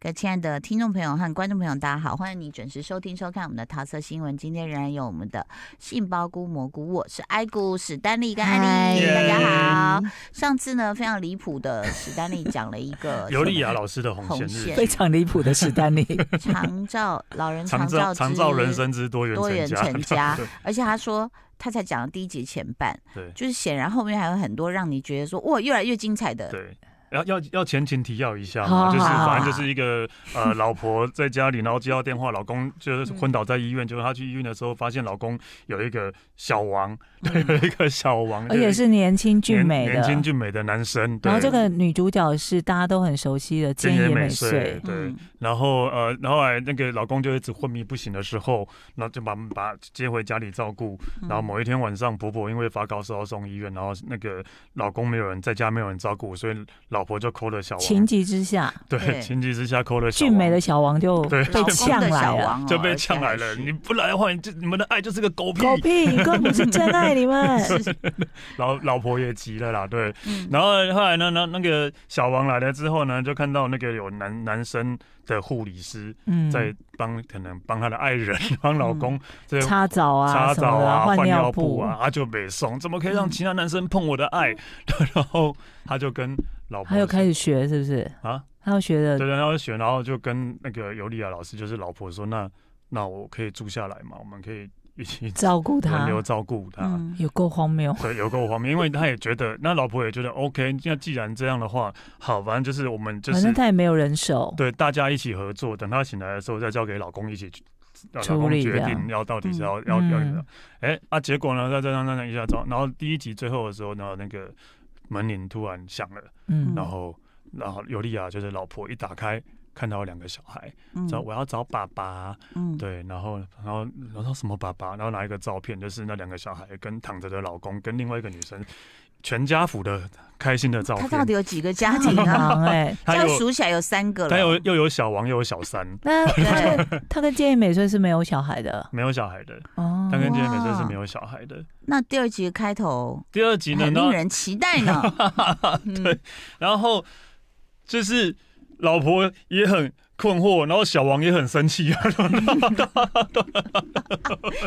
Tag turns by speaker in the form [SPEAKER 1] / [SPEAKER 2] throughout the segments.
[SPEAKER 1] 各位亲爱的听众朋友和观众朋友，大家好，欢迎你准时收听收看我们的桃色新闻。今天仍然有我们的杏鲍菇蘑菇，我是艾菇史丹利跟艾丽，
[SPEAKER 2] 嗨
[SPEAKER 1] 大家好。上次呢，非常离谱的史丹利讲了一 个
[SPEAKER 3] 尤利亚老师的红
[SPEAKER 1] 红
[SPEAKER 3] 线日
[SPEAKER 1] 线
[SPEAKER 3] 记，
[SPEAKER 2] 非常离谱的史丹 利，
[SPEAKER 1] 长照老人
[SPEAKER 3] 常
[SPEAKER 1] 照
[SPEAKER 3] 照
[SPEAKER 1] 之
[SPEAKER 3] 常照人生之多元
[SPEAKER 1] 多元
[SPEAKER 3] 家。
[SPEAKER 1] 成家
[SPEAKER 3] 对，
[SPEAKER 1] 而且他说他才讲了第一集前半，
[SPEAKER 3] 对
[SPEAKER 1] 就是显然后面还有很多让你觉得说哇越来越精彩 的，
[SPEAKER 3] 对。要要要前情提要一下
[SPEAKER 2] 好
[SPEAKER 3] 嘛，就是
[SPEAKER 2] 好
[SPEAKER 3] 反正就是一个呃，老婆在家里，然后接到电话，老公就是
[SPEAKER 2] 嗯
[SPEAKER 3] 昏倒在医院，就是她去医院的时候，发现老公有一个小王，对，有一个小王，
[SPEAKER 2] 而且是年轻俊
[SPEAKER 3] 年
[SPEAKER 2] 美的
[SPEAKER 3] 年。轻俊美的男生，对
[SPEAKER 2] 然后这个女主角是大家都很熟悉的菅野美嗯穗，
[SPEAKER 3] 对，
[SPEAKER 1] 嗯
[SPEAKER 3] 然后呃，然后来那个老公就一直昏迷不醒的时候，然后就把把接回家里照顾。
[SPEAKER 2] 嗯
[SPEAKER 1] 嗯
[SPEAKER 3] 然后某一天晚上，婆婆因为发高烧送医院，然后那个老公没有人在家，没有人照顾，所以老婆就抠了小
[SPEAKER 2] 情
[SPEAKER 3] 王。
[SPEAKER 2] 急之下，
[SPEAKER 1] 对 哦
[SPEAKER 3] 对，情急之下抠了小
[SPEAKER 2] 俊美
[SPEAKER 3] 王
[SPEAKER 2] 的。小王就
[SPEAKER 3] 对
[SPEAKER 2] 被
[SPEAKER 1] 老公
[SPEAKER 2] 呛
[SPEAKER 1] 的
[SPEAKER 2] 来
[SPEAKER 1] 小
[SPEAKER 2] 了，
[SPEAKER 1] 王哦
[SPEAKER 3] 就被呛来了，你不来的话，你就你们的爱就是个狗屁。
[SPEAKER 2] 狗屁，你根本不是真爱，你们
[SPEAKER 3] 老老婆也急了啦，对。
[SPEAKER 1] 嗯
[SPEAKER 3] 然后后来呢，那那个小王来了之后呢，就看到那个有男男生的护理师
[SPEAKER 2] 嗯，
[SPEAKER 3] 在帮可能帮他的爱人、帮老公在
[SPEAKER 2] 擦澡啊，
[SPEAKER 3] 擦
[SPEAKER 2] 什
[SPEAKER 3] 澡
[SPEAKER 2] 么的
[SPEAKER 3] 啊、换
[SPEAKER 2] 换
[SPEAKER 3] 尿
[SPEAKER 2] 布
[SPEAKER 3] 布啊，，他就没送，怎么可以让其他男生碰我的爱？ 然后他就跟老婆
[SPEAKER 2] 他又开始学是不是？
[SPEAKER 3] 啊，
[SPEAKER 2] 他又学
[SPEAKER 3] 对
[SPEAKER 2] 的，
[SPEAKER 3] 对，然后选，然后就跟那个尤利亚老师，就是老婆说，那那我可以住下来嘛，我们可以一起
[SPEAKER 2] 照顾
[SPEAKER 3] 轮
[SPEAKER 2] 他，
[SPEAKER 3] 流照顾他。
[SPEAKER 1] 嗯
[SPEAKER 2] 有够荒谬。
[SPEAKER 3] 对，有够荒谬，因为他也觉得，那老婆也觉得 OK，那既然这样的话，好，反正就是我们就
[SPEAKER 2] 反
[SPEAKER 3] 是
[SPEAKER 2] 正他也没有 人手，
[SPEAKER 3] 对，大家一起合作，等他醒来的时候再交给老公一起去。呃
[SPEAKER 2] 处
[SPEAKER 3] 老公
[SPEAKER 2] 理
[SPEAKER 3] 决
[SPEAKER 2] 这
[SPEAKER 3] 定
[SPEAKER 2] 样
[SPEAKER 3] 要到底是要、
[SPEAKER 2] 嗯
[SPEAKER 3] 要要怎么
[SPEAKER 2] 嗯
[SPEAKER 3] 样？哎、啊，结果呢，在这样这样一下之后，然后第一集最后的时候呢，那个门铃突然响了，
[SPEAKER 2] 嗯，
[SPEAKER 3] 然后然后尤利亚就是老婆一打开，看到有两个小孩，
[SPEAKER 1] 嗯
[SPEAKER 3] 说我要找爸爸，
[SPEAKER 1] 嗯
[SPEAKER 3] 对，然后然后然后什么爸爸，然后拿一个照片，就是那两个小孩跟躺着的老公跟另外一个女生，全家福的开心的照
[SPEAKER 1] 他到底
[SPEAKER 3] 片，
[SPEAKER 1] 有几个家
[SPEAKER 2] 很
[SPEAKER 1] 庭啊？
[SPEAKER 2] 忙哎。
[SPEAKER 1] 这
[SPEAKER 3] 他
[SPEAKER 1] 样
[SPEAKER 3] 有
[SPEAKER 1] 数起来有三个了，
[SPEAKER 3] 他有又有小王又有小三，
[SPEAKER 2] 那他
[SPEAKER 1] 对
[SPEAKER 2] 跟他跟菅野美穗是没有小孩的
[SPEAKER 3] 没有小孩的。
[SPEAKER 2] 哦，
[SPEAKER 3] 但跟今天美穗是
[SPEAKER 1] 哇
[SPEAKER 3] 没有小孩的。
[SPEAKER 1] 那第二集的开头
[SPEAKER 3] 第二集
[SPEAKER 1] 很
[SPEAKER 3] 呢，然
[SPEAKER 1] 令
[SPEAKER 3] 后
[SPEAKER 1] 人期待 呢。嗯对，
[SPEAKER 3] 然后就是老婆也很困惑，然后小王也很生气啊，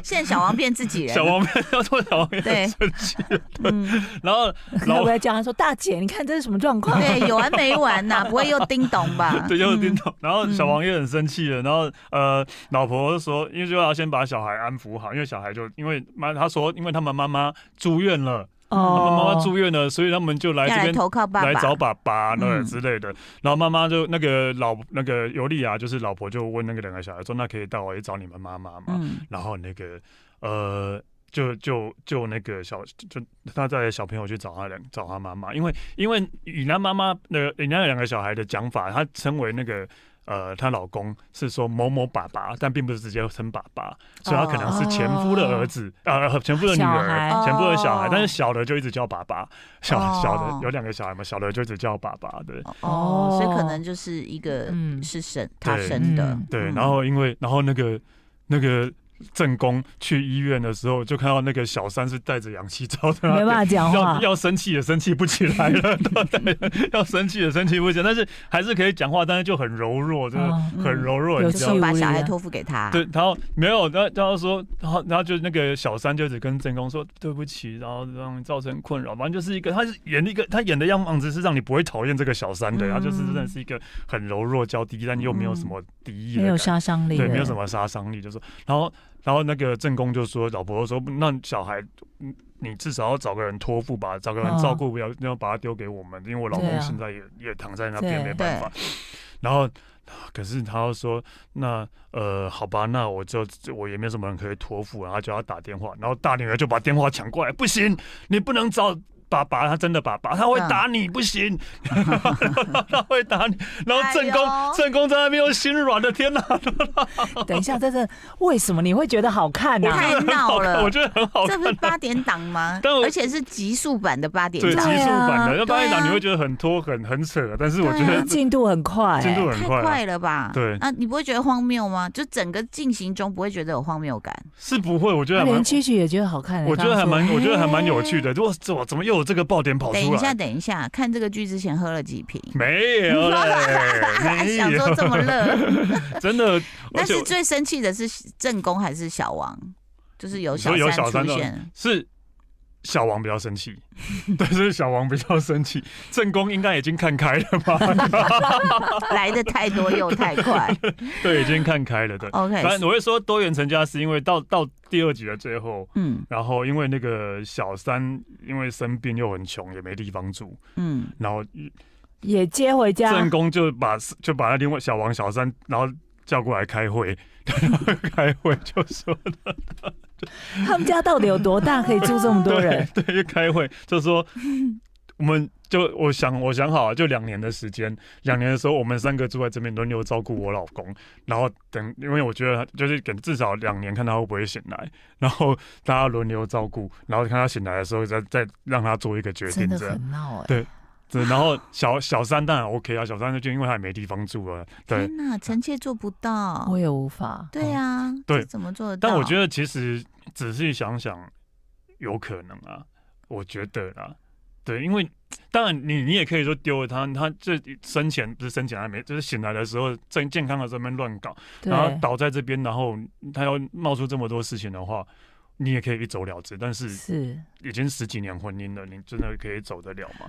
[SPEAKER 1] 现在小王变自己人了，
[SPEAKER 3] 小王没有说小王也
[SPEAKER 1] 对
[SPEAKER 3] 很生气，
[SPEAKER 1] 嗯，
[SPEAKER 3] 然 后
[SPEAKER 2] 要
[SPEAKER 3] 老
[SPEAKER 2] 不要叫他说大姐，你看这是什么状况？
[SPEAKER 1] 对，有完没完呐？不会又叮咚吧
[SPEAKER 3] ？对又听
[SPEAKER 1] 嗯
[SPEAKER 3] 懂，然后小王也很生气了，然后呃，老婆就说，因为就要先把小孩安抚好，因为小孩就因为妈他说，因为他们妈妈住院了，他们 妈
[SPEAKER 2] 哦
[SPEAKER 3] 妈住院了，所以他们就来
[SPEAKER 1] 哦要
[SPEAKER 3] 这
[SPEAKER 1] 来
[SPEAKER 3] 边
[SPEAKER 1] 投靠爸
[SPEAKER 3] 来
[SPEAKER 1] 爸
[SPEAKER 3] 找。爸爸那
[SPEAKER 1] 嗯
[SPEAKER 3] 之类的。然后妈妈就那个老那个尤利亚，就是老婆就问那个两个小孩说：“那可以带我去找你们妈妈吗？”
[SPEAKER 1] 嗯
[SPEAKER 3] 然后那个呃。就就就那个小就他带着小朋友去找他两找他妈妈，因为因为以他妈妈的以那两个小孩的讲法，他称为那个呃她老公是说某某爸爸，但并不是直接称爸爸，所以他可能是前夫的儿子、呃前夫的女
[SPEAKER 2] 小
[SPEAKER 3] 儿，
[SPEAKER 2] 孩
[SPEAKER 3] 前夫的小孩
[SPEAKER 1] 哦，
[SPEAKER 3] 但是小的就一直叫爸爸，小
[SPEAKER 1] 哦
[SPEAKER 3] 小的有两个小孩嘛，小的就一直叫爸爸，对
[SPEAKER 1] 哦，所以可
[SPEAKER 2] 哦
[SPEAKER 1] 能就是一个
[SPEAKER 2] 嗯
[SPEAKER 1] 是生他
[SPEAKER 3] 对
[SPEAKER 1] 生的
[SPEAKER 2] 嗯，
[SPEAKER 3] 对，
[SPEAKER 1] 嗯
[SPEAKER 3] 然后因为然后那个那个正宫去医院的时候，就看到那个小三是带着氧气罩在那
[SPEAKER 2] 没办
[SPEAKER 3] 边。
[SPEAKER 2] 法讲话
[SPEAKER 3] 要，要生气也生气不起来了， 对，要生气也生气不起来，但是还是可以讲话，但是就很柔弱，就是
[SPEAKER 2] 哦
[SPEAKER 3] 很柔弱，
[SPEAKER 2] 嗯
[SPEAKER 3] 你
[SPEAKER 2] 有
[SPEAKER 3] 知
[SPEAKER 1] 就
[SPEAKER 3] 道
[SPEAKER 1] 说
[SPEAKER 3] 吗
[SPEAKER 2] 气
[SPEAKER 1] 把
[SPEAKER 2] 无力
[SPEAKER 1] 小孩
[SPEAKER 2] 啊
[SPEAKER 1] 托付给他。
[SPEAKER 3] 对，然后没有，然后然后说，然后然后就那个小三就只跟正宫说对不起，然后让你造成困扰，反正就是一个，他是演一个他演的样子是让你不会讨厌这个小三的，
[SPEAKER 1] 嗯
[SPEAKER 3] 他就是真的是一个很柔弱娇滴，但又没有什么敌意的
[SPEAKER 2] 没有
[SPEAKER 3] 感觉，
[SPEAKER 2] 杀伤力，
[SPEAKER 3] 对，没有什。么杀伤力，就说，然后然后那个正宫就说，老婆说，那小孩。嗯你至少要找个人托付吧，找个人
[SPEAKER 2] 嗯
[SPEAKER 3] 照顾，不要要把他丢给我们，因为我老
[SPEAKER 2] 对
[SPEAKER 3] 公
[SPEAKER 2] 啊
[SPEAKER 3] 现在也、也躺在那
[SPEAKER 2] 对
[SPEAKER 3] 边，没办法。 然后，可是他又说，那呃，好吧，那我就我也没有什么人可以托付，然后就要打电话，然后大女儿就把电话抢过来，不行，你不能找爸爸，他真的爸爸，他
[SPEAKER 2] 嗯
[SPEAKER 3] 会打你，不行， 他会打你。然后正宫、
[SPEAKER 1] 哎呦
[SPEAKER 3] 正宫在那边又心软的，天哪，
[SPEAKER 2] 等一下，这是为什么你会觉得好看啊呢？
[SPEAKER 1] 太闹了
[SPEAKER 3] 我，觉得很好
[SPEAKER 1] 嗯
[SPEAKER 3] 看
[SPEAKER 1] 这不是八点档吗？
[SPEAKER 3] 但我
[SPEAKER 1] 而且是极速版的八点
[SPEAKER 3] 对，极
[SPEAKER 1] 档，
[SPEAKER 2] 对
[SPEAKER 3] 速版的，
[SPEAKER 1] 啊
[SPEAKER 3] 要不然
[SPEAKER 1] 对
[SPEAKER 3] 一
[SPEAKER 1] 啊
[SPEAKER 3] 档你会觉得很拖很很扯，但是我觉
[SPEAKER 1] 对
[SPEAKER 3] 得
[SPEAKER 1] 啊
[SPEAKER 2] 进度很快，
[SPEAKER 3] 进度
[SPEAKER 2] 哎
[SPEAKER 3] 很
[SPEAKER 1] 太
[SPEAKER 3] 快啊
[SPEAKER 1] 快了吧？
[SPEAKER 3] 对
[SPEAKER 1] 那你不会觉得荒谬吗？就整个进行中不会觉得有荒谬感，
[SPEAKER 3] 是不会，我觉得
[SPEAKER 2] 他
[SPEAKER 3] 还蛮
[SPEAKER 2] 啊连蛐蛐也觉得好看。
[SPEAKER 3] 啊我觉得还蛮，
[SPEAKER 2] 刚刚说
[SPEAKER 3] 我觉得还蛮有趣。的。如果这我怎么又有这个爆点跑出来。
[SPEAKER 1] 等一下，等一下，看这个剧之前喝了几瓶？啊
[SPEAKER 3] 没有嘞， 没 有
[SPEAKER 1] 想说这么热，
[SPEAKER 3] 真的， 而
[SPEAKER 1] 但
[SPEAKER 3] 且
[SPEAKER 1] 是最生气的是正宫还是小王？就是有小
[SPEAKER 3] 你说有小
[SPEAKER 1] 三
[SPEAKER 3] 三
[SPEAKER 1] 出
[SPEAKER 3] 的
[SPEAKER 1] 现，
[SPEAKER 3] 是小王比较生气，但是小王比较生气，正宫应该已经看开了 吧？
[SPEAKER 1] 来的太多又太 快。
[SPEAKER 3] 对，已经看开了的。
[SPEAKER 1] 哦 OK，
[SPEAKER 3] 反正我会说多元成家，是因为到到第二集的最后，
[SPEAKER 1] 嗯
[SPEAKER 3] 然后因为那个小三因为生病又很穷，也没地方住，
[SPEAKER 1] 嗯，
[SPEAKER 3] 然后
[SPEAKER 2] 也接回家，
[SPEAKER 3] 正宫就把就把那另外小王小三，然后叫过来开会， 开会就说
[SPEAKER 2] 他们家到底有多大，可以住这么多 人？
[SPEAKER 3] 对，就开会就说我们就我想我想好啊，就两年的时间，两年的时候我们三个住在这边轮流照顾我老公，然后等，因为我觉得他就是给至少两年看他会不会醒来，然后大家轮流照顾，然后看他醒来的时候再再让他做一个决定
[SPEAKER 2] 真的
[SPEAKER 3] 这样。
[SPEAKER 2] 很闹哎、
[SPEAKER 3] 对对，然后小小三当然 OK 啊，小三就因为他也没地方住了，对。
[SPEAKER 1] 天哪，臣妾做不到
[SPEAKER 2] 我。也无法。
[SPEAKER 1] 对啊，
[SPEAKER 3] 对
[SPEAKER 1] 这怎么做得到？
[SPEAKER 3] 但我觉得其实仔细想想，有可能啊，我觉得啦，对，因为当然你你也可以说丢了他，他这生前不是生前还没，就是醒来的时候正健康的时候在那边乱搞，
[SPEAKER 2] 对
[SPEAKER 3] 然，后倒在这边，然后他要冒出这么多事情的话。你也可以一走了之，但是
[SPEAKER 2] 是
[SPEAKER 3] 已经十几年婚姻了，你真的可以走得了吗？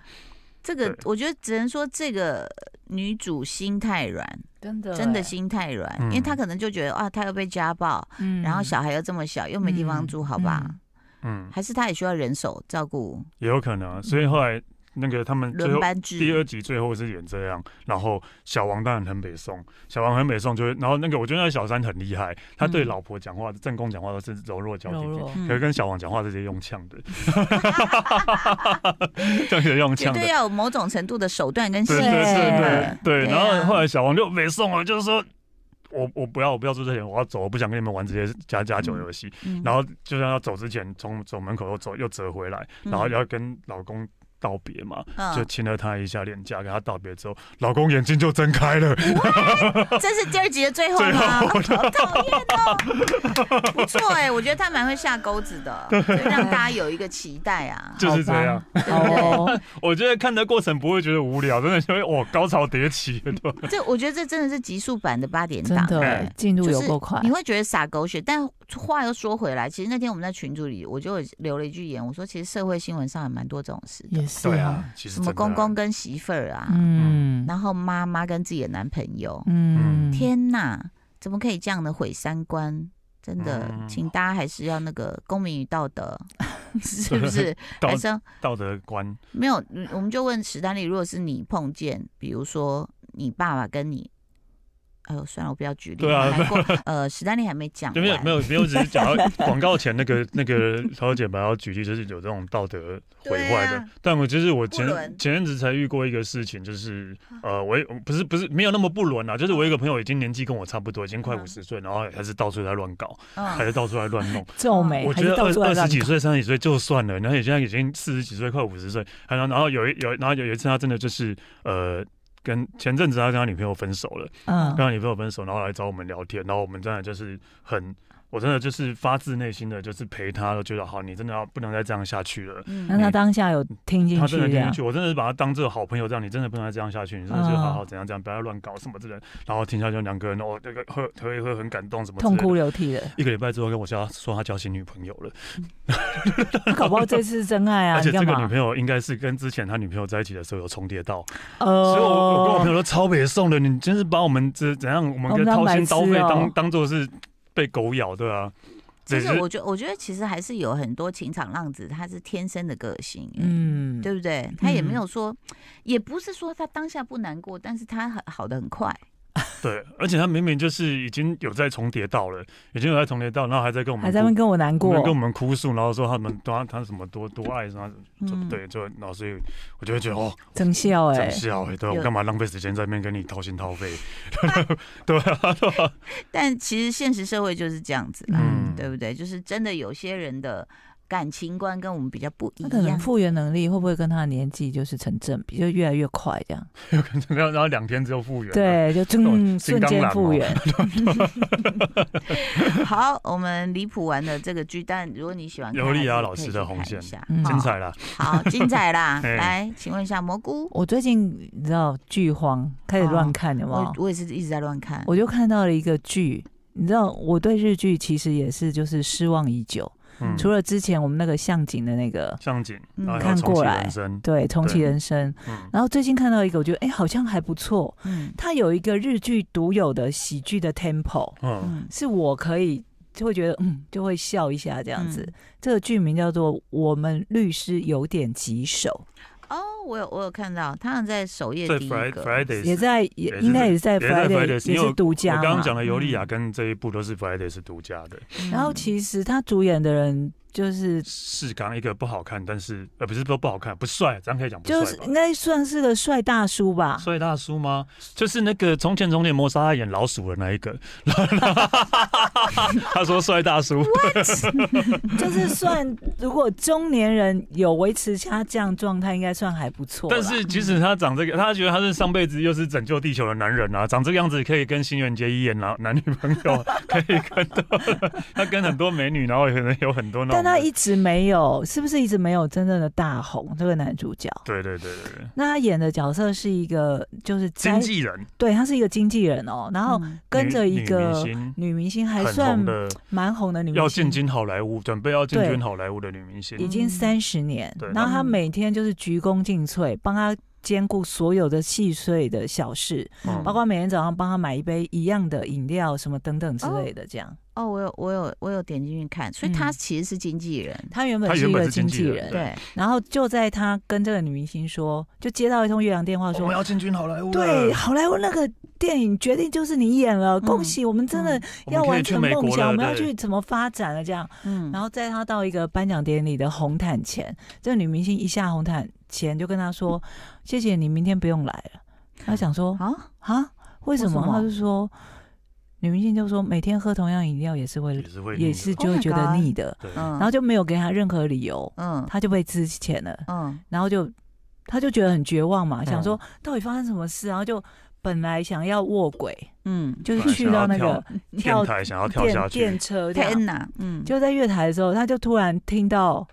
[SPEAKER 1] 这个
[SPEAKER 3] 对，
[SPEAKER 1] 我觉得只能说这个女主心太软，
[SPEAKER 2] 真
[SPEAKER 3] 欸
[SPEAKER 2] 的
[SPEAKER 1] 真的
[SPEAKER 2] 哎，
[SPEAKER 1] 心太软，
[SPEAKER 3] 嗯
[SPEAKER 1] 因为她可能就觉得啊，她又被家暴，
[SPEAKER 2] 嗯
[SPEAKER 1] 然后小孩又这么小，又没地方住，好吧？
[SPEAKER 2] 嗯
[SPEAKER 3] 嗯，
[SPEAKER 1] 还是她也需要人手照顾，
[SPEAKER 3] 也有可能啊。所以后来那个他们嗯最
[SPEAKER 1] 轮
[SPEAKER 3] 后
[SPEAKER 1] 班
[SPEAKER 3] 第
[SPEAKER 1] 制。
[SPEAKER 3] 二集最后是演这样，然后小王当然很北宋，小王很北宋，就会，然后那个我觉得那小三很厉害，他对老婆讲话、正宫讲话都是柔弱娇滴
[SPEAKER 2] 柔
[SPEAKER 3] 滴，
[SPEAKER 2] 弱，
[SPEAKER 3] 可是跟小王讲话直接用呛的， 这样也用
[SPEAKER 1] 绝
[SPEAKER 3] 呛的
[SPEAKER 1] 对。要有某种程度的手段跟
[SPEAKER 3] 对
[SPEAKER 1] 心
[SPEAKER 3] 对
[SPEAKER 1] 态
[SPEAKER 3] 对
[SPEAKER 2] 对
[SPEAKER 3] 对，
[SPEAKER 1] 对
[SPEAKER 3] 然
[SPEAKER 1] 啊
[SPEAKER 3] 后后来小王就北宋了，就是说我我不要我不要做这些，我要走，我不想跟你们玩这些加加酒游戏。
[SPEAKER 1] 嗯
[SPEAKER 3] 然后就像要走之前，从走门口又走又折回来，然后
[SPEAKER 1] 嗯
[SPEAKER 3] 要跟老公道别嘛，就
[SPEAKER 1] 嗯，
[SPEAKER 3] 亲了她一下脸颊，跟她道别之后，老公眼睛就睁开了。
[SPEAKER 1] 这是第二集的最后吗？好讨厌哦！不错哎，我觉得他蛮会下钩子的，就让大家有一个期待啊，
[SPEAKER 3] 就是这样。
[SPEAKER 2] 好哦，
[SPEAKER 3] 我觉得看的过程不会觉得无聊，真的就会哦高潮迭起，
[SPEAKER 1] 嗯
[SPEAKER 3] 对吧？
[SPEAKER 1] 这我觉得这真的是极速版的八点
[SPEAKER 2] 真
[SPEAKER 1] 档，
[SPEAKER 2] 的
[SPEAKER 1] 哎
[SPEAKER 2] 哎进度
[SPEAKER 1] 就
[SPEAKER 2] 有
[SPEAKER 1] 是
[SPEAKER 2] 够快
[SPEAKER 1] 你，会觉得撒狗血，但话又说回来，其实那天我们在群组里，我就留了一句言，我说其实社会新闻上也蛮多这种事的，
[SPEAKER 2] 也是
[SPEAKER 3] 对，啊，其
[SPEAKER 1] 嗯
[SPEAKER 3] 实
[SPEAKER 1] 什么
[SPEAKER 3] 真的
[SPEAKER 1] 公公跟媳妇儿啊，
[SPEAKER 2] 嗯
[SPEAKER 1] 然后妈妈跟自己的男朋友，
[SPEAKER 2] 嗯，
[SPEAKER 1] 天哪，怎么可以这样的毁三观？真的，
[SPEAKER 3] 嗯
[SPEAKER 1] 请大家还是要那个公民与道 德，是不是？
[SPEAKER 3] 道
[SPEAKER 1] 还是要
[SPEAKER 3] 道德观，
[SPEAKER 1] 没有，嗯我们就问史丹利，如果是你碰见，比如说你爸爸跟你，哎呦，算了，我不要举例，
[SPEAKER 3] 对啊
[SPEAKER 1] 难过。呃，史丹利还没讲
[SPEAKER 3] 就
[SPEAKER 1] 完，
[SPEAKER 3] 没有没有没有，只是 讲到广告前那个那个曹姐本来要举例，就是有这种道德毁坏
[SPEAKER 1] 对
[SPEAKER 3] 的。
[SPEAKER 1] 啊
[SPEAKER 3] 但我就是我前
[SPEAKER 1] 不伦啊
[SPEAKER 3] 前阵子才遇过一个事情，就是呃，我也不是不是没有那么不伦啊，就是我有一个朋友已经年纪跟我差不多，已经快
[SPEAKER 1] 嗯
[SPEAKER 3] 五十岁，然后还是到处在乱搞，
[SPEAKER 1] 嗯，
[SPEAKER 3] 还是到处在乱弄。
[SPEAKER 2] 皱眉，
[SPEAKER 3] 我
[SPEAKER 2] 哎还
[SPEAKER 3] 觉
[SPEAKER 2] 是
[SPEAKER 3] 得
[SPEAKER 2] 到处
[SPEAKER 3] 二二
[SPEAKER 2] 在
[SPEAKER 3] 十
[SPEAKER 2] 乱
[SPEAKER 3] 几岁、三十几岁就算了，然后你现在已经四十几岁，快五十岁，然后然后有一有然后有一次他真的就是呃。跟前阵子他跟他女朋友分手了，
[SPEAKER 2] 嗯
[SPEAKER 3] 跟他女朋友分手，然后来找我们聊天，然后我们真的就是很，我真的就是发自内心的就是陪他，都觉得好，你真的要不能再这样下去了。
[SPEAKER 1] 嗯
[SPEAKER 2] 那他当下有听进
[SPEAKER 3] 他
[SPEAKER 2] 去啊
[SPEAKER 3] 真的听
[SPEAKER 2] 这
[SPEAKER 3] 进
[SPEAKER 2] 样
[SPEAKER 3] 去，我真的是把他当这个好朋友这样，你真的不能再这样下去，你真的就
[SPEAKER 2] 嗯
[SPEAKER 3] 好好怎样怎样，不要乱搞什么之类的。然后停下就两个人哦，那个喝喝一喝很感动什么之类
[SPEAKER 2] 痛
[SPEAKER 3] 的
[SPEAKER 2] 哭流涕 的，
[SPEAKER 3] 一个礼拜之后跟我说说他交新女朋友了。
[SPEAKER 2] 他搞不好这次是真爱啊，
[SPEAKER 3] 而且
[SPEAKER 2] 你
[SPEAKER 3] 这
[SPEAKER 2] 干
[SPEAKER 3] 个
[SPEAKER 2] 嘛
[SPEAKER 3] 女？朋友应该是跟之前他女朋友在一起的时候有重叠到，
[SPEAKER 2] 呃
[SPEAKER 3] 所以我我跟我朋友说超北宋的，你真是把我们这怎样，我们
[SPEAKER 2] 我
[SPEAKER 3] 跟
[SPEAKER 2] 们当
[SPEAKER 3] 掏
[SPEAKER 2] 白
[SPEAKER 3] 心
[SPEAKER 2] 痴
[SPEAKER 3] 掏肺
[SPEAKER 2] 哦
[SPEAKER 3] 当当做是被狗咬，对啊，
[SPEAKER 1] 其实
[SPEAKER 3] 对
[SPEAKER 1] 我觉我觉得其实还是有很多情场浪子，他是天生的个性，嗯，
[SPEAKER 2] 嗯，
[SPEAKER 1] 对不对？他也没有说，也不是说他当下不难过，但是他很好的很快，
[SPEAKER 3] 对，而且他明明就是已经有在重叠到了，已经有在重叠到，然后还在跟我们
[SPEAKER 2] 还在那边跟我难
[SPEAKER 3] 哭
[SPEAKER 2] 过
[SPEAKER 3] 跟，我们哭诉，然后说他们 他他什么多多爱什么，就
[SPEAKER 1] 嗯，
[SPEAKER 3] 对，就然后所以我就会觉得哦，
[SPEAKER 2] 真笑哎
[SPEAKER 3] 真，笑哎，对啊
[SPEAKER 1] 有
[SPEAKER 3] 我干嘛浪费时间在那边跟你掏心掏 肺，对啊，对啊，
[SPEAKER 1] 但其实现实社会就是这样子啦，
[SPEAKER 3] 嗯
[SPEAKER 1] 对不对？就是真的有些人的感情观跟我们比较不一
[SPEAKER 2] 他可能
[SPEAKER 1] 样。
[SPEAKER 2] 复原能力会不会跟他的年纪就是成正比，就越来越快这样？
[SPEAKER 3] 然后然后两天之后复原，，啊
[SPEAKER 2] 对，就嗯，
[SPEAKER 3] 哦金
[SPEAKER 2] 瞬
[SPEAKER 3] 刚
[SPEAKER 2] 间
[SPEAKER 3] 狼
[SPEAKER 2] 复
[SPEAKER 3] 哦
[SPEAKER 2] 原。
[SPEAKER 1] 好，我们离谱完的这个巨蛋，如果你喜欢看，
[SPEAKER 3] 尤利亚
[SPEAKER 1] 还是
[SPEAKER 3] 老
[SPEAKER 1] 可以
[SPEAKER 3] 师
[SPEAKER 1] 去
[SPEAKER 3] 的红
[SPEAKER 1] 看一
[SPEAKER 3] 线
[SPEAKER 1] 下
[SPEAKER 2] 嗯
[SPEAKER 3] 精彩了。
[SPEAKER 1] 好，好精彩啦！
[SPEAKER 3] 哎
[SPEAKER 1] 来，请问一下蘑菇，
[SPEAKER 2] 我最近你知道剧荒，开始乱看，有没有？
[SPEAKER 1] 我我也是一直在乱看，
[SPEAKER 2] 我就看到了一个剧，你知道，我对日剧其实也是就是失望已久，
[SPEAKER 3] 嗯，
[SPEAKER 2] 除了之前我们那个向井的那个
[SPEAKER 3] 上景，
[SPEAKER 1] 嗯
[SPEAKER 3] 然后还有
[SPEAKER 2] 看
[SPEAKER 3] 重
[SPEAKER 2] 过
[SPEAKER 3] 启
[SPEAKER 2] 来
[SPEAKER 3] 人生，
[SPEAKER 2] 对重启
[SPEAKER 3] 对
[SPEAKER 2] 人生，
[SPEAKER 3] 嗯，
[SPEAKER 2] 然后最近看到一个，我觉得哎、好像还不错，
[SPEAKER 1] 嗯
[SPEAKER 2] 它有一个日剧独有的喜剧的 tempo，
[SPEAKER 3] 嗯，
[SPEAKER 1] 嗯，
[SPEAKER 2] 是我可以。就会觉得嗯，就会笑一下这样子。
[SPEAKER 1] 嗯
[SPEAKER 2] 这个剧名叫做《我们律师有点棘手
[SPEAKER 1] 哦，我有我有看到，他好像在首页
[SPEAKER 3] 在
[SPEAKER 1] 第一
[SPEAKER 3] Friday
[SPEAKER 1] 个，
[SPEAKER 3] Friday，》，
[SPEAKER 2] 也在也
[SPEAKER 3] 也是
[SPEAKER 2] 应该也是在
[SPEAKER 3] 也在
[SPEAKER 2] Friday
[SPEAKER 3] Fridays，
[SPEAKER 2] 也
[SPEAKER 3] 因为
[SPEAKER 2] 是独家
[SPEAKER 3] 我
[SPEAKER 2] 嘛。嗯
[SPEAKER 3] 刚刚讲的尤利亚跟这一部都是 Friday 是独家的，
[SPEAKER 2] 然后
[SPEAKER 1] 实
[SPEAKER 2] 其实他主演的人就是
[SPEAKER 3] 是刚一个不好看，但是呃不是说不好看，不帅，咱可以讲不
[SPEAKER 2] 就
[SPEAKER 3] 帅
[SPEAKER 2] 是应
[SPEAKER 3] 吧？
[SPEAKER 2] 该算是个帅大叔吧。
[SPEAKER 3] 帅大叔吗？就是那个《从前从前谋杀案》演老鼠的那一个， 他说帅大叔，
[SPEAKER 2] 就是算如果中年人有维持他这样状态，应该算还不错啦。
[SPEAKER 3] 但是即使他长这个，他觉得他是上辈子又是拯救地球的男人啊，长这个样子可以跟新垣结衣演男男女朋友，可以跟到他跟很多美女，然后也可能有很多那种，
[SPEAKER 2] 但他一直没有，是不是一直没有真正的大红？这个男主角，
[SPEAKER 3] 对对对对对，
[SPEAKER 2] 那他演的角色是一个就是
[SPEAKER 3] 经
[SPEAKER 2] 在
[SPEAKER 3] 纪人，
[SPEAKER 2] 对他是一个经纪人哦，然后
[SPEAKER 1] 嗯
[SPEAKER 2] 跟着一个
[SPEAKER 3] 女女明
[SPEAKER 2] 女明星，还
[SPEAKER 3] 星很
[SPEAKER 2] 算
[SPEAKER 3] 红的，
[SPEAKER 2] 蛮红的女
[SPEAKER 3] 要
[SPEAKER 2] 明
[SPEAKER 3] 进
[SPEAKER 2] 星，
[SPEAKER 3] 军好莱坞，准备要进
[SPEAKER 2] 对
[SPEAKER 3] 军好莱坞的女明星
[SPEAKER 2] 已，经三十年
[SPEAKER 3] 对，
[SPEAKER 2] 然后他每天就是鞠躬尽瘁，帮他兼顾所有的细碎的小事，
[SPEAKER 3] 嗯
[SPEAKER 2] 包括每天早上帮他买一杯一样的饮料，什么等等之类的，这样。
[SPEAKER 1] 哦，我有我有我有点进去看，所以他
[SPEAKER 2] 嗯
[SPEAKER 1] 其实是经纪人，
[SPEAKER 2] 他原
[SPEAKER 3] 他
[SPEAKER 2] 本
[SPEAKER 3] 原
[SPEAKER 2] 是一
[SPEAKER 3] 本
[SPEAKER 2] 个
[SPEAKER 3] 是经
[SPEAKER 2] 经
[SPEAKER 3] 纪
[SPEAKER 2] 纪
[SPEAKER 3] 人
[SPEAKER 2] 人，
[SPEAKER 1] 对，
[SPEAKER 2] 然后就在他跟这个女明星说，就接到一通越洋电话
[SPEAKER 3] 我
[SPEAKER 2] 说
[SPEAKER 3] 们，要进军好莱
[SPEAKER 1] 嗯
[SPEAKER 3] 坞了，
[SPEAKER 2] 对，好莱坞那个电影决定就是你演了，恭喜我们真的
[SPEAKER 3] 我
[SPEAKER 2] 要
[SPEAKER 3] 们可
[SPEAKER 2] 完
[SPEAKER 3] 以去
[SPEAKER 2] 成
[SPEAKER 3] 美
[SPEAKER 2] 梦
[SPEAKER 3] 国
[SPEAKER 2] 想，
[SPEAKER 3] 了，
[SPEAKER 2] 我们要
[SPEAKER 3] 对
[SPEAKER 2] 去怎么发展了这样。
[SPEAKER 1] 嗯，
[SPEAKER 2] 然后在他到一个颁奖典礼的红毯前，这个女明星一下红毯前就跟他说：“谢谢你，明天不用来了。”他想说
[SPEAKER 1] 啊，：“
[SPEAKER 2] 啊，为什么
[SPEAKER 1] 为什？”么
[SPEAKER 2] 他就说，女明星就说：“每天喝同样饮料也是会
[SPEAKER 3] 也，是会腻的
[SPEAKER 2] 也是
[SPEAKER 1] Oh
[SPEAKER 2] 就会
[SPEAKER 1] my
[SPEAKER 2] 觉得
[SPEAKER 1] God
[SPEAKER 2] 腻的。”
[SPEAKER 3] 对，
[SPEAKER 1] 嗯，
[SPEAKER 2] 然后就没有给他任何理由，
[SPEAKER 1] 嗯
[SPEAKER 2] 他就被支遣了，
[SPEAKER 1] 嗯
[SPEAKER 2] 然后就他就觉得很绝望嘛，
[SPEAKER 3] 嗯
[SPEAKER 2] 想说到底发生什么事，然后就本来想要卧轨，
[SPEAKER 1] 嗯，
[SPEAKER 2] 就是去到那
[SPEAKER 3] 本来想要
[SPEAKER 2] 个
[SPEAKER 3] 天
[SPEAKER 2] 跳
[SPEAKER 3] 台想要跳下
[SPEAKER 2] 电电
[SPEAKER 3] 去，
[SPEAKER 2] 车这样，
[SPEAKER 1] 天哪，嗯，
[SPEAKER 2] 就在月台的时候，他就突然听到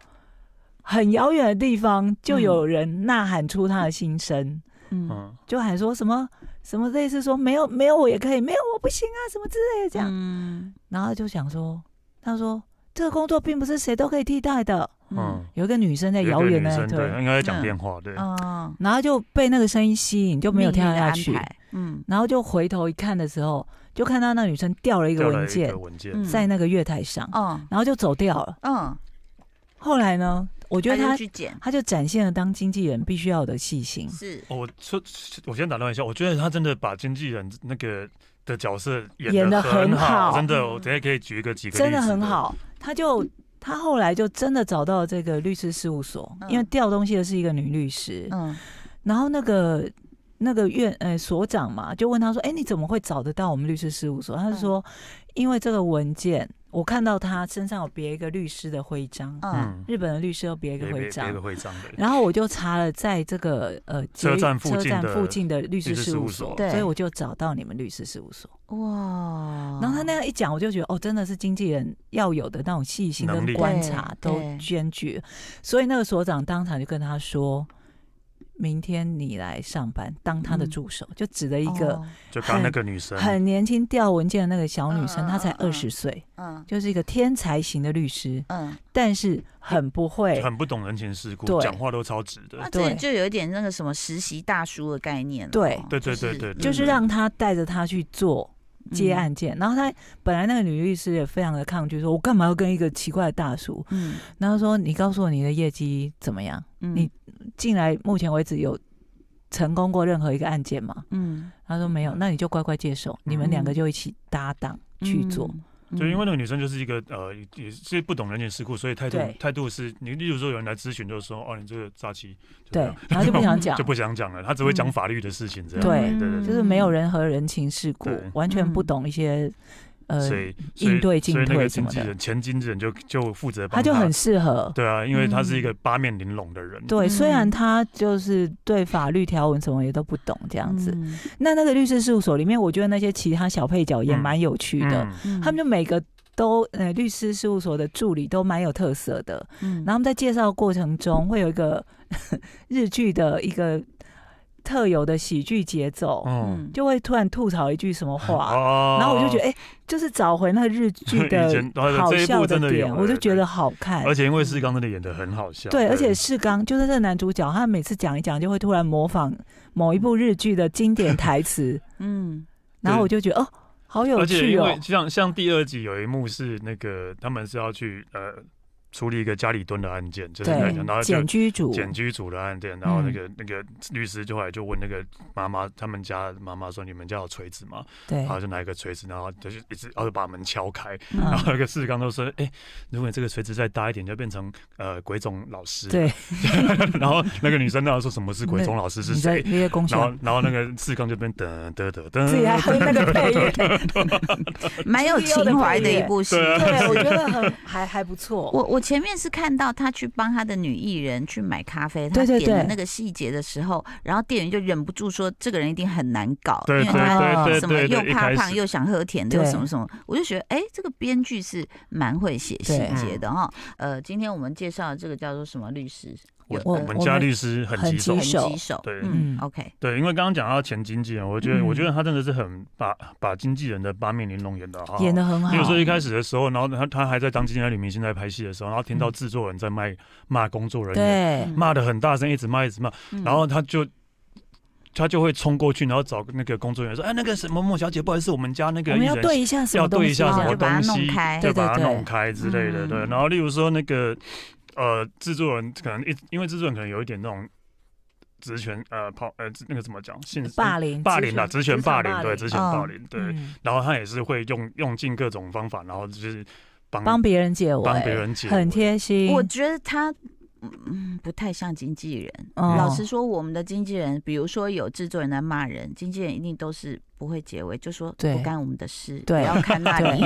[SPEAKER 2] 很遥远的地方就有人呐喊出他的心声，
[SPEAKER 1] 嗯
[SPEAKER 3] 嗯，
[SPEAKER 2] 就喊说什么什么类似说没有没有我也可以，没有我不行啊什么之类的这样，
[SPEAKER 1] 嗯
[SPEAKER 3] 哦
[SPEAKER 2] 然后他就想说，他说这个工作并不是谁都可以替代的，
[SPEAKER 3] 嗯，
[SPEAKER 2] 有一个女生在
[SPEAKER 3] 有一
[SPEAKER 2] 遥
[SPEAKER 3] 个
[SPEAKER 2] 远
[SPEAKER 3] 女
[SPEAKER 2] 的嗯
[SPEAKER 3] 生
[SPEAKER 2] 那
[SPEAKER 3] 对，
[SPEAKER 2] 推，
[SPEAKER 3] 应该在讲电话，对，
[SPEAKER 1] 哦，
[SPEAKER 2] 然后就被那个声音吸嗯引，就没有跳下
[SPEAKER 1] 命
[SPEAKER 2] 去
[SPEAKER 1] 运的安，排，嗯
[SPEAKER 2] 然后就回头一看的时候，就看到那女生掉了一个
[SPEAKER 3] 掉了
[SPEAKER 2] 文
[SPEAKER 3] 一
[SPEAKER 2] 件
[SPEAKER 3] 个文件，
[SPEAKER 1] 嗯
[SPEAKER 2] 在那个月台上，
[SPEAKER 1] 哦
[SPEAKER 2] 然后就走掉了。
[SPEAKER 1] 嗯，
[SPEAKER 2] 后来呢，我觉得
[SPEAKER 1] 他
[SPEAKER 2] 他嗯
[SPEAKER 1] 就去捡，
[SPEAKER 2] 他就展现了当经纪人必须要有的细心。
[SPEAKER 1] 是
[SPEAKER 3] 哦，我说，我先打断一下，我觉得他真的把经纪人那个的角色
[SPEAKER 2] 演
[SPEAKER 3] 演的
[SPEAKER 2] 得很
[SPEAKER 3] 好，
[SPEAKER 2] 好嗯
[SPEAKER 3] 真的，我等下可以举一个几个例子，
[SPEAKER 2] 真的很，好。他就他后来就真的找到了这个律师事务所，
[SPEAKER 1] 嗯
[SPEAKER 2] 因为调东西的是一个女律师，
[SPEAKER 1] 嗯
[SPEAKER 2] 然后那个。那个院呃所长嘛，就问他说：“哎、你怎么会找得到我们律师事务所？”他就说：“因为这个文件，我看到他身上有别一个律师的徽章，
[SPEAKER 1] 嗯
[SPEAKER 3] 嗯，
[SPEAKER 2] 日本的律师有别一个
[SPEAKER 3] 别
[SPEAKER 2] 徽
[SPEAKER 3] 别别
[SPEAKER 2] 章
[SPEAKER 3] 个。徽章的，
[SPEAKER 2] 然后我就查了，在这个呃捷运
[SPEAKER 3] 车站附近的
[SPEAKER 2] 车站附近的律师事务所，
[SPEAKER 1] 律师事务所
[SPEAKER 2] 所以我就找到你们律师事务所。
[SPEAKER 1] 哇，
[SPEAKER 2] 然后他那样一讲，我就觉得哦，真的是经纪人要有的那种细心
[SPEAKER 3] 能
[SPEAKER 2] 跟
[SPEAKER 3] 力
[SPEAKER 2] 观察
[SPEAKER 1] 对
[SPEAKER 2] 都
[SPEAKER 1] 对
[SPEAKER 2] 兼具。所以那个所长当场就跟他说：“明天你来上班，当他的
[SPEAKER 1] 嗯
[SPEAKER 2] 助手。就指了一个
[SPEAKER 1] 哦
[SPEAKER 3] 就刚那个女生，
[SPEAKER 2] 很年轻调文件的那个小女生，
[SPEAKER 1] 嗯嗯
[SPEAKER 2] 她
[SPEAKER 1] 嗯
[SPEAKER 2] 才
[SPEAKER 1] 嗯
[SPEAKER 2] 二十岁，
[SPEAKER 1] 嗯
[SPEAKER 2] 就是一个天才型的律师，
[SPEAKER 1] 嗯，
[SPEAKER 2] 但是很不会。
[SPEAKER 3] 很不懂人情世故，
[SPEAKER 2] 对
[SPEAKER 3] 讲话都超直
[SPEAKER 1] 那
[SPEAKER 3] 的，
[SPEAKER 1] 这
[SPEAKER 2] 对
[SPEAKER 1] 就有一点那个什么实习大叔的概念了哦，
[SPEAKER 2] 对
[SPEAKER 3] 对
[SPEAKER 1] 就
[SPEAKER 3] 对
[SPEAKER 1] 是
[SPEAKER 3] 对对对
[SPEAKER 2] 就是让他带着他去做接，
[SPEAKER 1] 嗯
[SPEAKER 2] 案件，然后他本来那个女律师也非常的抗拒，说我干嘛要跟一个奇怪的大叔？
[SPEAKER 1] 嗯
[SPEAKER 2] 然后说你告诉我你的业绩怎么样？
[SPEAKER 1] 嗯
[SPEAKER 2] 你进来目前为止有成功过任何一个案件吗？
[SPEAKER 1] 嗯
[SPEAKER 2] 他说没有，那你就乖乖接手，你们两个就一起搭档去做。，
[SPEAKER 1] 嗯
[SPEAKER 3] 就因
[SPEAKER 1] 嗯
[SPEAKER 3] 为那个女生就是一个呃，也是不懂人情世故，所以态度
[SPEAKER 2] 对
[SPEAKER 3] 态度是你，例如说有人来咨询，就是说哦，你这个诈欺，就这
[SPEAKER 2] 对
[SPEAKER 3] 样，
[SPEAKER 2] 然后就不想讲嗯
[SPEAKER 3] 就，不想讲了，他只会讲法律的事情，这样，
[SPEAKER 2] 对
[SPEAKER 3] 对对
[SPEAKER 2] 就是没有人和人情世故
[SPEAKER 3] 对，
[SPEAKER 1] 嗯
[SPEAKER 2] 完全不懂一些呃
[SPEAKER 3] 所以所以
[SPEAKER 2] 应对进
[SPEAKER 3] 所以那
[SPEAKER 2] 退
[SPEAKER 3] 个
[SPEAKER 2] 什
[SPEAKER 3] 经
[SPEAKER 2] 么
[SPEAKER 3] 纪
[SPEAKER 2] 的，
[SPEAKER 3] 人前经纪人就就负责帮
[SPEAKER 2] 他就很适合。
[SPEAKER 3] 对啊，因为他是一
[SPEAKER 2] 嗯
[SPEAKER 3] 个八面玲珑的人，
[SPEAKER 2] 对，虽然
[SPEAKER 1] 嗯
[SPEAKER 2] 他就是对法律条文什么也都不懂这
[SPEAKER 1] 这
[SPEAKER 2] 样子，那那个律师事务所里面，我觉得那些其他小配角也
[SPEAKER 3] 嗯
[SPEAKER 2] 蛮有趣的，哦
[SPEAKER 1] 嗯
[SPEAKER 2] 他们就每个都呃律师事务所的助理都蛮有特色的，
[SPEAKER 1] 嗯
[SPEAKER 2] 然后我们在介绍过程中会有一个 日剧的一个特有的喜剧节奏，
[SPEAKER 3] 嗯，
[SPEAKER 2] 就会突然吐槽一句什么话，
[SPEAKER 3] 哦
[SPEAKER 2] 然后我就觉得 哎、就是找回那个日剧
[SPEAKER 3] 以
[SPEAKER 2] 的
[SPEAKER 3] 前然后
[SPEAKER 2] 好
[SPEAKER 3] 这一
[SPEAKER 2] 笑
[SPEAKER 3] 部真的有
[SPEAKER 2] 点，我就
[SPEAKER 3] 对
[SPEAKER 2] 觉
[SPEAKER 3] 对
[SPEAKER 2] 得好看。
[SPEAKER 3] 而且因为世刚真的演的很好笑，
[SPEAKER 2] 对，而且世刚就是这个男主角，他每次讲一讲就会突然模仿某一部日剧的 经典台词，
[SPEAKER 1] 嗯
[SPEAKER 2] 然后
[SPEAKER 3] 对
[SPEAKER 2] 我就觉得哦，好有
[SPEAKER 3] 而且
[SPEAKER 2] 趣
[SPEAKER 3] 因
[SPEAKER 2] 哦
[SPEAKER 3] 为。像像第二集有一幕是那个他们是要去呃处理一个家里蹲的案件，就是那个
[SPEAKER 2] 对
[SPEAKER 3] 然后，就
[SPEAKER 2] 简居主，
[SPEAKER 3] 检居组的案件，然
[SPEAKER 2] 嗯
[SPEAKER 3] 后那个、那个律师就后来就问那个妈妈，他们家妈妈说你们家有锤子吗？
[SPEAKER 2] 对
[SPEAKER 3] 然，后就拿一个锤子，然后就是一直然后就把门敲开，
[SPEAKER 1] 嗯
[SPEAKER 3] 然后那个世刚就说，哎、如果你这个锤子再大一点，就变成呃鬼冢老师。
[SPEAKER 2] 对，
[SPEAKER 3] 然后那个女生那说什么是鬼冢老师是
[SPEAKER 2] 你在
[SPEAKER 3] 谁？
[SPEAKER 2] 那些公
[SPEAKER 3] 然
[SPEAKER 2] 选
[SPEAKER 3] 后，嗯然后那个世刚就变噔噔噔噔，
[SPEAKER 2] 自己还会那个配 乐，嗯
[SPEAKER 1] 蛮有情怀的一部戏。
[SPEAKER 3] 对啊
[SPEAKER 2] 对，我觉得很还还 不错。
[SPEAKER 1] 我我前面是看到他去帮他的女艺人去买咖啡，他
[SPEAKER 2] 对对
[SPEAKER 1] 点的
[SPEAKER 2] 对
[SPEAKER 1] 那个细节的时候，然后店员就忍不住说：“这个人一定很难搞，
[SPEAKER 3] 对
[SPEAKER 1] 因
[SPEAKER 3] 对
[SPEAKER 1] 为他
[SPEAKER 3] 对对
[SPEAKER 1] 什么
[SPEAKER 3] 对
[SPEAKER 1] 又
[SPEAKER 3] 对，一
[SPEAKER 1] 怕
[SPEAKER 3] 开
[SPEAKER 1] 胖
[SPEAKER 3] 始
[SPEAKER 1] 又想喝甜的，又
[SPEAKER 2] 对
[SPEAKER 1] 什么什么，我就觉得哎、这个编剧是蛮会写细
[SPEAKER 3] 嗯
[SPEAKER 1] 节的哈。呃，今天我们介绍的这个叫做什么律师，呃
[SPEAKER 3] 我
[SPEAKER 2] 我
[SPEAKER 3] 我们家
[SPEAKER 2] 们
[SPEAKER 3] 律师很
[SPEAKER 2] 很
[SPEAKER 3] 棘手
[SPEAKER 2] 棘
[SPEAKER 1] 很，
[SPEAKER 2] 手
[SPEAKER 1] 棘手，
[SPEAKER 3] 对
[SPEAKER 1] 嗯
[SPEAKER 2] 嗯
[SPEAKER 1] ，OK，
[SPEAKER 3] 对，因为刚刚讲到前经纪人，我觉得、我觉
[SPEAKER 2] 嗯
[SPEAKER 3] 得他真的是很把把经纪人的八面玲珑演的好好，
[SPEAKER 2] 演的很好
[SPEAKER 3] 比如，说一开始的时候，然后他他还在当经纪人女明星在拍戏的时候，然后听到
[SPEAKER 2] 嗯
[SPEAKER 3] 制作人在骂骂工作人员，
[SPEAKER 2] 对
[SPEAKER 1] 嗯
[SPEAKER 3] 骂的很大声，一直骂一直骂，
[SPEAKER 1] 嗯
[SPEAKER 3] 然后他就。他就会冲过去，然后找那个工作人员说：“哎，那个什么某小姐，不好意思，我们家那个
[SPEAKER 2] 我
[SPEAKER 3] 艺
[SPEAKER 2] 们要
[SPEAKER 3] 人
[SPEAKER 2] 对一下什
[SPEAKER 3] 要
[SPEAKER 2] 么东
[SPEAKER 3] 对
[SPEAKER 2] 西，啊
[SPEAKER 3] 一下什么
[SPEAKER 1] 就把它
[SPEAKER 3] 东西
[SPEAKER 1] 弄开，
[SPEAKER 3] 就
[SPEAKER 2] 对
[SPEAKER 3] 把它
[SPEAKER 2] 对对
[SPEAKER 3] 弄开之类的。对，
[SPEAKER 1] 嗯
[SPEAKER 3] 然后例如说那个呃，制作人可能一因为制作人可能有一点那种职权呃跑呃那个怎么讲性
[SPEAKER 2] 霸凌、
[SPEAKER 3] 霸凌啊，职权霸凌，对，职
[SPEAKER 2] 职
[SPEAKER 3] 权
[SPEAKER 1] 嗯
[SPEAKER 3] 霸凌，对。
[SPEAKER 2] 嗯
[SPEAKER 3] 然后他也是会用用尽各种方法，然后就是帮
[SPEAKER 2] 帮别人解围，
[SPEAKER 3] 帮别人解围
[SPEAKER 2] 很贴心。
[SPEAKER 1] 我觉得他嗯不太像经纪人。
[SPEAKER 2] 嗯
[SPEAKER 1] 老实说，我们的经纪人，比如说有制作人在骂人，经纪人一定都是不会结尾，就说
[SPEAKER 2] 对
[SPEAKER 1] 不干我们的事，不
[SPEAKER 2] 对
[SPEAKER 1] 要 看那里。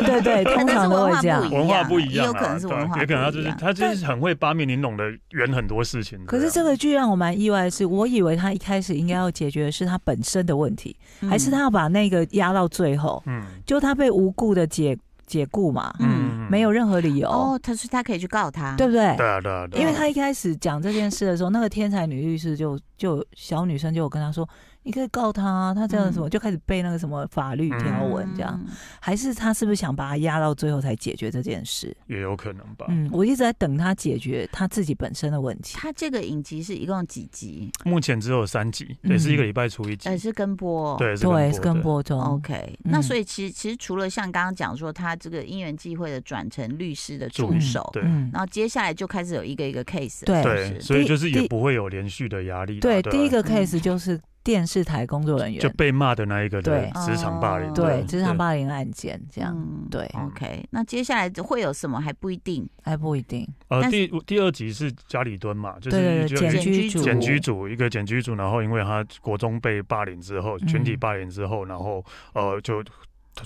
[SPEAKER 2] 对对对，
[SPEAKER 1] 可
[SPEAKER 2] 通
[SPEAKER 1] 能是
[SPEAKER 2] 常都
[SPEAKER 1] 文
[SPEAKER 2] 会
[SPEAKER 1] 化
[SPEAKER 2] 这样
[SPEAKER 1] 不。一
[SPEAKER 3] 文化
[SPEAKER 1] 样
[SPEAKER 3] 不
[SPEAKER 1] 也
[SPEAKER 3] 一样
[SPEAKER 1] 有
[SPEAKER 3] 啊，
[SPEAKER 1] 可能是
[SPEAKER 3] 对
[SPEAKER 1] 文化
[SPEAKER 3] 也可能他
[SPEAKER 1] 不
[SPEAKER 3] 就
[SPEAKER 1] 一
[SPEAKER 3] 是
[SPEAKER 1] 样
[SPEAKER 3] 他就是很会八面玲珑的圆很多事情。啊
[SPEAKER 2] 可是这个剧让我蛮意外的是，我以为他一开始应该要解决的是他本身的问题， 还
[SPEAKER 1] 嗯
[SPEAKER 2] 是他要把那个压到最后，
[SPEAKER 3] 嗯
[SPEAKER 2] 就他被无故的解解雇嘛，
[SPEAKER 1] 嗯
[SPEAKER 3] 嗯
[SPEAKER 2] 没有任何理
[SPEAKER 1] 嗯
[SPEAKER 2] 由，
[SPEAKER 1] 哦，他说他可以去告他，
[SPEAKER 2] 对不对？
[SPEAKER 3] 对啊对啊，对啊
[SPEAKER 2] 因为他一开始讲这件事的时候，那个天才女律师就就小女生就有跟他说，你可以告他啊，他这样
[SPEAKER 3] 嗯
[SPEAKER 2] 什么、就开始背那个什么法律条
[SPEAKER 1] 嗯，
[SPEAKER 2] 文这样，还是他是不是想把他压到最后才解决这件事？
[SPEAKER 3] 也有可能吧。
[SPEAKER 2] 嗯，我一直在等他解决他自己本身的问题。
[SPEAKER 1] 他这个影集是一共几集？
[SPEAKER 3] 目前只有三集，对，
[SPEAKER 2] 嗯
[SPEAKER 3] 是一个礼拜出一集
[SPEAKER 1] 呃，，是跟播哦。
[SPEAKER 3] 对，
[SPEAKER 2] 对，
[SPEAKER 3] 是
[SPEAKER 2] 是跟。播中。
[SPEAKER 3] 哦
[SPEAKER 1] OK，那
[SPEAKER 2] 嗯
[SPEAKER 1] 所以其实其实除了像刚刚讲说他这个因缘际会的转成律师的
[SPEAKER 3] 助
[SPEAKER 1] 助
[SPEAKER 3] 理
[SPEAKER 1] 手，
[SPEAKER 3] 对
[SPEAKER 2] 嗯
[SPEAKER 1] 然后接下来就开始有一个一个 case，是
[SPEAKER 2] 对
[SPEAKER 3] 对，
[SPEAKER 1] 不是
[SPEAKER 3] 所以就是
[SPEAKER 2] 第
[SPEAKER 3] 也
[SPEAKER 2] 第
[SPEAKER 3] 不会有连续的压力啦。
[SPEAKER 2] 对，
[SPEAKER 3] 啊
[SPEAKER 2] 第一个
[SPEAKER 1] 嗯
[SPEAKER 2] case 就是电视台工作人员
[SPEAKER 3] 就，被骂的那一个
[SPEAKER 2] 对
[SPEAKER 3] 人，
[SPEAKER 2] 哦
[SPEAKER 3] 职场霸凌，
[SPEAKER 2] 对，
[SPEAKER 1] 嗯
[SPEAKER 2] 职场霸凌案件这样，
[SPEAKER 1] 嗯
[SPEAKER 2] 对，
[SPEAKER 3] 嗯
[SPEAKER 1] OK，那接下来会有什么还不一定。
[SPEAKER 2] 还不一定，
[SPEAKER 3] 呃，
[SPEAKER 1] 但
[SPEAKER 3] 第第二集是家里蹲嘛，就
[SPEAKER 2] 对
[SPEAKER 3] 是
[SPEAKER 2] 对
[SPEAKER 3] 就
[SPEAKER 1] 检
[SPEAKER 2] 对，检
[SPEAKER 1] 举
[SPEAKER 2] 举
[SPEAKER 1] 组
[SPEAKER 2] 组，
[SPEAKER 3] 检举组一个检举组，然后因为他国中被霸凌之后，
[SPEAKER 2] 嗯
[SPEAKER 3] 群体霸凌之后，然后呃就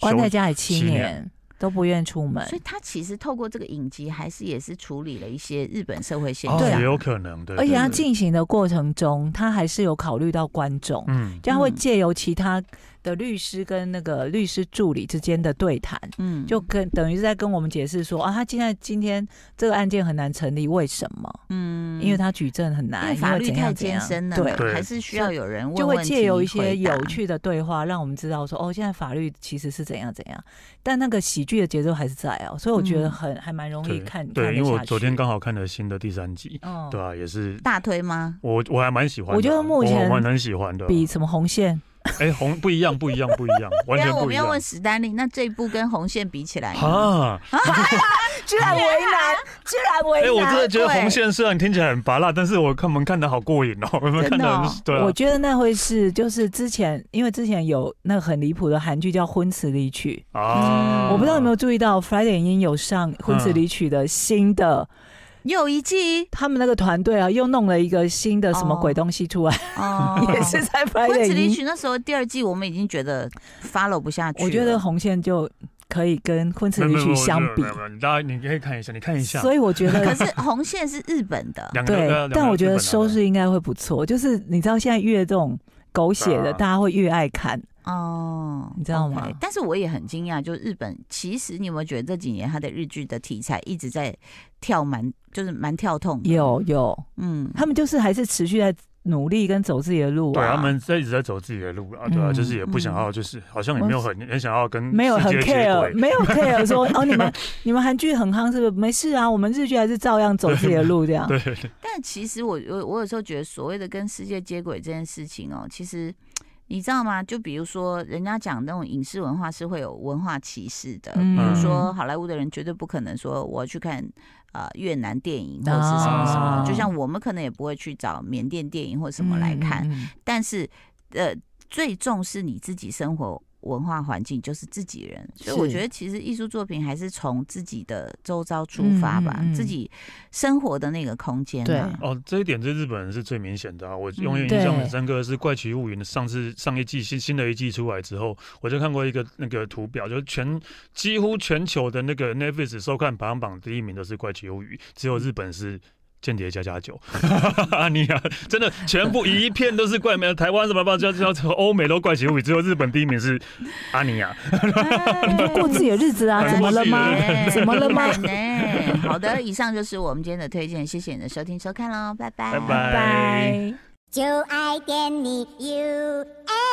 [SPEAKER 2] 关在
[SPEAKER 3] 休
[SPEAKER 2] 家里七
[SPEAKER 3] 七年
[SPEAKER 2] 年，都不愿出门
[SPEAKER 1] 所。以他其实透过这个影集，还是也是处理了一些日本社会现
[SPEAKER 3] 哦
[SPEAKER 1] 象，
[SPEAKER 3] 也
[SPEAKER 2] 啊
[SPEAKER 3] 有可能对，
[SPEAKER 2] 嗯而且
[SPEAKER 3] 对
[SPEAKER 2] 他
[SPEAKER 3] 对
[SPEAKER 2] 进行的过程中，他还是有考虑到观众，
[SPEAKER 3] 嗯
[SPEAKER 2] 就他会
[SPEAKER 1] 嗯
[SPEAKER 2] 借由其他的律师跟那个律师助理之间的对谈，
[SPEAKER 1] 嗯，
[SPEAKER 2] 就跟等于是在跟我们解释说啊，他现在今天这个案件很难成立，为什么？
[SPEAKER 1] 嗯
[SPEAKER 2] 因为他举证很
[SPEAKER 1] 因
[SPEAKER 2] 难，
[SPEAKER 1] 为
[SPEAKER 2] 因
[SPEAKER 1] 法
[SPEAKER 2] 为
[SPEAKER 1] 律
[SPEAKER 2] 怎
[SPEAKER 1] 太
[SPEAKER 2] 样怎
[SPEAKER 1] 艰
[SPEAKER 2] 样
[SPEAKER 1] 深了嘛，
[SPEAKER 2] 对。
[SPEAKER 3] 对
[SPEAKER 1] 还是需要有人问
[SPEAKER 2] 就会
[SPEAKER 1] 问
[SPEAKER 2] 借由
[SPEAKER 1] 题
[SPEAKER 2] 一些
[SPEAKER 1] 回答
[SPEAKER 2] 有趣的对话，让我们知道说，哦，现在法律其实是怎样怎样，但那个喜剧的节奏还是在哦，所以我觉得
[SPEAKER 1] 嗯
[SPEAKER 2] 很、还蛮容易
[SPEAKER 3] 对
[SPEAKER 2] 看看
[SPEAKER 3] 对，
[SPEAKER 2] 得
[SPEAKER 3] 因为我
[SPEAKER 2] 下
[SPEAKER 3] 昨
[SPEAKER 2] 去
[SPEAKER 3] 天，刚好看了新的第三集，
[SPEAKER 2] 嗯，
[SPEAKER 3] 对啊，也是
[SPEAKER 1] 大推吗？
[SPEAKER 3] 我我还蛮喜欢的啊，
[SPEAKER 2] 我觉得目前
[SPEAKER 3] 我蛮很喜欢的啊，
[SPEAKER 2] 比什么红线
[SPEAKER 3] 哎红不一样，不一样，不一 样，完
[SPEAKER 1] 然
[SPEAKER 3] 全
[SPEAKER 1] 啊我
[SPEAKER 3] 不
[SPEAKER 1] 们
[SPEAKER 3] 一
[SPEAKER 1] 要
[SPEAKER 3] 样
[SPEAKER 1] 问 史丹利，那这一部跟红线比起来呢，
[SPEAKER 3] 啊。
[SPEAKER 2] 居然为难，居然为
[SPEAKER 3] 哎、
[SPEAKER 2] 难。
[SPEAKER 3] 我真的觉得
[SPEAKER 1] 对
[SPEAKER 3] 红线虽然听起来很拔辣，但是我看我们看的好过瘾哦、我们
[SPEAKER 1] 真
[SPEAKER 3] 看
[SPEAKER 1] 的
[SPEAKER 3] 的
[SPEAKER 1] 哦
[SPEAKER 3] 很、对啊
[SPEAKER 2] 我，觉得那会是就是之前，因为之前有那个很离谱的韩剧叫《婚词离曲》，
[SPEAKER 3] 啊
[SPEAKER 2] 嗯
[SPEAKER 3] 嗯
[SPEAKER 2] 我不知道有没有注意到，Friday 已经有上《婚词离曲》的新的
[SPEAKER 1] 又一季
[SPEAKER 2] 他们那个团队啊，又弄了一个新的什么鬼东西出来，
[SPEAKER 1] 哦
[SPEAKER 2] 也是在
[SPEAKER 1] 《婚
[SPEAKER 2] Friday
[SPEAKER 1] 子离
[SPEAKER 2] 音
[SPEAKER 1] 曲》那时候第二季，我们已经觉得 follow 不下去了。
[SPEAKER 2] 我觉得红线就可以跟昆池
[SPEAKER 3] 没有
[SPEAKER 2] 离
[SPEAKER 3] 没有没
[SPEAKER 2] 曲
[SPEAKER 3] 有
[SPEAKER 2] 相比
[SPEAKER 3] 没，有没有你大家你可以看一下，你看一下，
[SPEAKER 2] 所以我觉
[SPEAKER 1] 可
[SPEAKER 2] 得
[SPEAKER 1] 是 红线是日本的，
[SPEAKER 3] 两个都
[SPEAKER 2] 对，但我觉得收。
[SPEAKER 3] 两个都日本来的
[SPEAKER 2] 视应该会不错。就是你知道现在越这种狗血
[SPEAKER 3] 对
[SPEAKER 2] 的，
[SPEAKER 3] 啊
[SPEAKER 2] 大家会越爱看。
[SPEAKER 1] 哦，
[SPEAKER 2] 你知道吗
[SPEAKER 1] OK，但是我也很惊讶，就日本，其实你有没有觉得这几年它的日剧的题材一直在跳蛮，就是蛮跳痛的？，
[SPEAKER 2] 有有，
[SPEAKER 1] 嗯，
[SPEAKER 2] 他们就是还是持续在努力跟走自己的路
[SPEAKER 3] 对，
[SPEAKER 2] 啊。
[SPEAKER 3] 他们在一直在走自己的路啊，对啊，
[SPEAKER 2] 嗯
[SPEAKER 3] 就是也不想要，就是好像也没有很很想要跟
[SPEAKER 2] 没有很
[SPEAKER 3] 世界接
[SPEAKER 2] care，
[SPEAKER 3] 轨
[SPEAKER 2] 没有 care 说哦，你们你们韩剧很夯是不是？没事啊，我们日剧还是照样走自己的路这样。
[SPEAKER 3] 对对对
[SPEAKER 1] 但其实我我我有时候觉得，所谓的跟世界接轨这件事情哦，其实你知道吗？就比如说，人家讲那种影视文化是会有文化歧视的，
[SPEAKER 2] 嗯
[SPEAKER 1] 比如说好莱坞的人绝对不可能说我要去看。呃，越南电影或者是什么什么，
[SPEAKER 3] 啊
[SPEAKER 2] 哦
[SPEAKER 1] 就像我们可能也不会去找缅甸电影或什么来看，
[SPEAKER 2] 嗯？嗯嗯
[SPEAKER 1] 但是呃，最重视你自己生活文化环境，就是自己人。所以我
[SPEAKER 2] 是
[SPEAKER 1] 觉得，其实艺术作品还是从自己的周遭出
[SPEAKER 2] 嗯
[SPEAKER 1] 发
[SPEAKER 2] 嗯
[SPEAKER 1] 吧，
[SPEAKER 2] 嗯
[SPEAKER 1] 自己生活的那个空间、啊。
[SPEAKER 2] 对
[SPEAKER 3] 哦，这一点在日本人是最明显的啊！我
[SPEAKER 1] 嗯
[SPEAKER 3] 永远印象
[SPEAKER 2] 对
[SPEAKER 3] 很深刻的是《怪奇物语》的上次上一季新新的一季出来之后，我就看过一个那个图表，就是全几乎全球的那个 Netflix 收看排行榜第一名都是《怪奇物语》，只有日本是。间谍加加酒， 你啊，真的全部一片都是怪美，台湾什么吧，叫叫欧美都怪奇物语，只有日本第一名是阿尼亚。
[SPEAKER 2] 你就过自己的日子啊，
[SPEAKER 3] 哎
[SPEAKER 2] 怎么了吗？
[SPEAKER 1] 哎
[SPEAKER 2] 怎么了吗？
[SPEAKER 1] 哎好的，以上就是我们今天的推荐，谢谢你的收听收看喽，拜拜，
[SPEAKER 3] 拜拜
[SPEAKER 2] 拜。
[SPEAKER 4] 就爱点你 UFO。